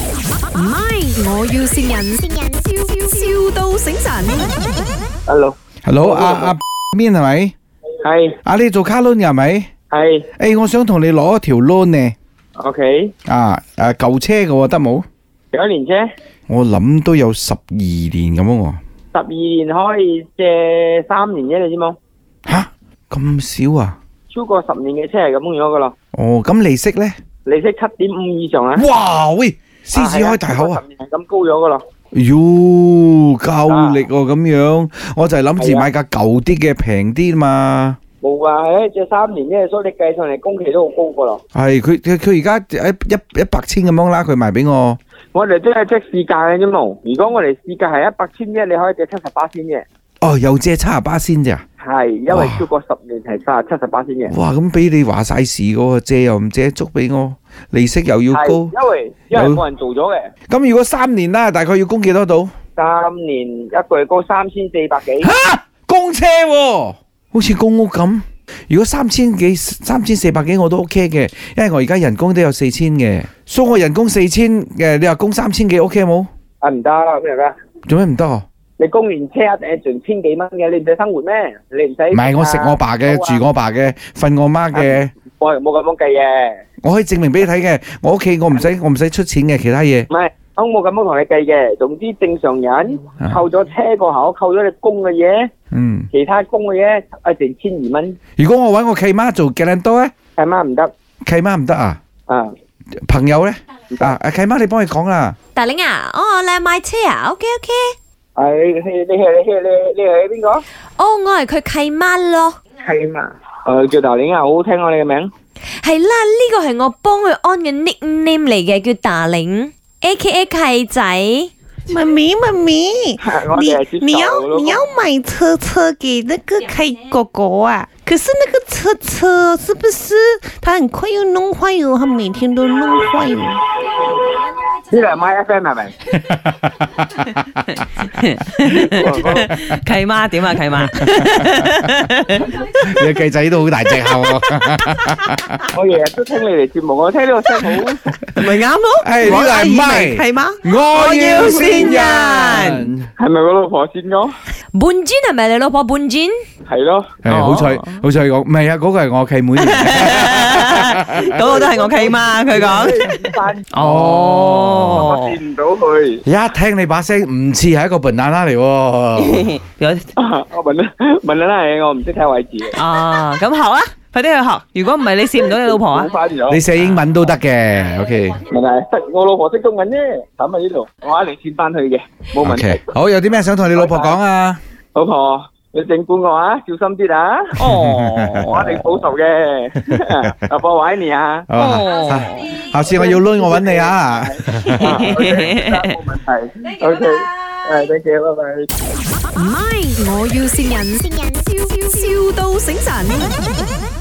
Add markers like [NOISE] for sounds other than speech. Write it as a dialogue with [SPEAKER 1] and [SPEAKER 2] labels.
[SPEAKER 1] 唔係，我要善人，笑笑到醒神。
[SPEAKER 2] Hello，
[SPEAKER 3] Hello，阿阿邊係咪？
[SPEAKER 2] 係
[SPEAKER 3] 啊，你做卡 loan 嘅係咪？
[SPEAKER 2] 係
[SPEAKER 3] 诶，我想同你攞一條 loan 呢。
[SPEAKER 2] ，OK，
[SPEAKER 3] 啊，诶，旧车嘅喎，得冇？
[SPEAKER 2] 幾多年啫？
[SPEAKER 3] 我諗都有十二年咁喎。
[SPEAKER 2] 十二年可以借三年啫，你知冇？
[SPEAKER 3] 吓，咁少啊？
[SPEAKER 2] 超過十年嘅車係咁樣噶咯，
[SPEAKER 3] 哦，咁利息咧？
[SPEAKER 2] 利息七點五以上啊！
[SPEAKER 3] 哇喂，獅子開大口
[SPEAKER 2] 係超過！
[SPEAKER 3] 啊
[SPEAKER 2] 十年係咁高咗噶咯，
[SPEAKER 3] 哟，夠力喎咁樣，我啊就係啊諗住買架舊啲嘅平啲嘛。
[SPEAKER 2] 冇啊！誒，借三年啫，所以你計上嚟工期都好高噶咯。
[SPEAKER 3] 係佢佢佢而家一一一百千咁樣啦，佢賣俾我。
[SPEAKER 2] 我哋都係即市價嘅啫冇。如果我哋市價係一百千啫，你可以借七十八先嘅。
[SPEAKER 3] 哦，又借七十八先咋？
[SPEAKER 2] 係，因為
[SPEAKER 3] 哇
[SPEAKER 2] 超過十年係三七十八先嘅。
[SPEAKER 3] 哇，咁俾你話晒事嘅喎，借又唔借足俾我，利息又要
[SPEAKER 2] 係，
[SPEAKER 3] 高。
[SPEAKER 2] 因為因為
[SPEAKER 3] 有
[SPEAKER 2] 冇人做咗嘅，
[SPEAKER 3] 咁如果三年啦，大概要供幾多度？
[SPEAKER 2] 三年一個月高三千四百幾。
[SPEAKER 3] 吓，供車喎、好似公屋咁。如果三千幾、三千四百幾我都 OK 嘅，因為我而家人工都有四千嘅，所以我人工四千嘅，你話供三千幾 OK 冇？
[SPEAKER 2] 啊唔得啦，咩啦？
[SPEAKER 3] 做咩唔得啊？
[SPEAKER 2] 你供完車一定係賺千幾蚊嘅，你唔使生活咩？你唔使
[SPEAKER 3] 唔係我食我爸嘅，
[SPEAKER 2] 好啊
[SPEAKER 3] 住我爸嘅，瞓我媽嘅，
[SPEAKER 2] 我又冇咁樣計嘅，
[SPEAKER 3] 我可以證明俾你睇嘅。我屋企我唔使我唔使出錢嘅，其他嘢
[SPEAKER 2] 唔係我冇咁樣同你計嘅。總之正常人
[SPEAKER 3] 啊
[SPEAKER 2] 扣咗車個口，扣咗你供嘅嘢，
[SPEAKER 3] 嗯。
[SPEAKER 2] 其他供嘅嘢啊成千二蚊，
[SPEAKER 3] 如果我揾我契媽做 g a r a n d o 咧，
[SPEAKER 2] 係媽唔得
[SPEAKER 3] 契媽唔得啊，
[SPEAKER 2] 啊！
[SPEAKER 3] 朋友咧啊，啊契媽你幫佢講啦。
[SPEAKER 4] 达玲啊，哦，你係買車啊？OK OK，
[SPEAKER 2] 啊你你你係你係你你係邊個？
[SPEAKER 4] 哦，我係佢契媽咯，
[SPEAKER 2] 係嘛？誒叫豆玲啊，好好聽我你嘅名。
[SPEAKER 4] 係啦，呢個係我幫佢安嘅 nickname 嚟嘅，叫达玲，A K A 契仔。
[SPEAKER 5] 妈咪，妈咪，
[SPEAKER 2] 我
[SPEAKER 5] 你
[SPEAKER 2] 哋係接
[SPEAKER 5] 你要
[SPEAKER 2] 受
[SPEAKER 5] 你要买车车给那个开狗狗啊！可是那个车车是不是它很快又弄坏哟？它每天都弄坏哟。
[SPEAKER 2] 呢度係 My FM 係咪？
[SPEAKER 6] 契媽點啊契媽？
[SPEAKER 3] [LAUGHS] 你契仔都好大隻啊口喎。
[SPEAKER 2] 我日日都聽你哋節目，我聽呢個聲好。
[SPEAKER 6] 咪啱咯，
[SPEAKER 3] 哎呢個係咪
[SPEAKER 6] 契 [LAUGHS] 媽？
[SPEAKER 3] [LAUGHS] 我
[SPEAKER 6] 要先人。
[SPEAKER 2] 係咪我老婆先講？
[SPEAKER 4] 半磚係咪你老婆半磚？
[SPEAKER 2] 係咯，
[SPEAKER 3] 诶，好彩好彩講，唔係啊，嗰個係我契妹嚟 [LAUGHS] 嘅。
[SPEAKER 6] 嗰個都係我契媽，佢講。
[SPEAKER 2] 翻我
[SPEAKER 6] 哦，
[SPEAKER 2] 見唔到佢。
[SPEAKER 3] 一聽你把聲唔似係一個笨蛋啦嚟喎。 [LAUGHS]
[SPEAKER 6] 有
[SPEAKER 2] 我問啦，問啦嘢，我唔識睇位置嘅，
[SPEAKER 6] 啊，咁學啊，快啲去學。如果唔係，你試唔到你老婆啊
[SPEAKER 2] 好。翻咗。
[SPEAKER 3] 你寫英文都得嘅，OK。
[SPEAKER 2] 問題係我老婆識中文啫，等喺呢度，我一定轉翻去嘅，冇問
[SPEAKER 3] O
[SPEAKER 2] 題
[SPEAKER 3] K，。好，有啲咩想同你老婆講啊？
[SPEAKER 2] 老婆，你整蠱我啊，小心啲啊，
[SPEAKER 6] 哦，
[SPEAKER 2] 我一定報仇嘅。老婆，我愛你啊。
[SPEAKER 3] 好啊
[SPEAKER 6] 哦
[SPEAKER 3] 下下次我要攆我揾你啊！
[SPEAKER 2] 冇
[SPEAKER 6] [LAUGHS]
[SPEAKER 2] 問題。O K，誒，thank Ờ, you，拜
[SPEAKER 1] 唔
[SPEAKER 2] 拜。
[SPEAKER 1] 係，我要善人，笑笑到醒神。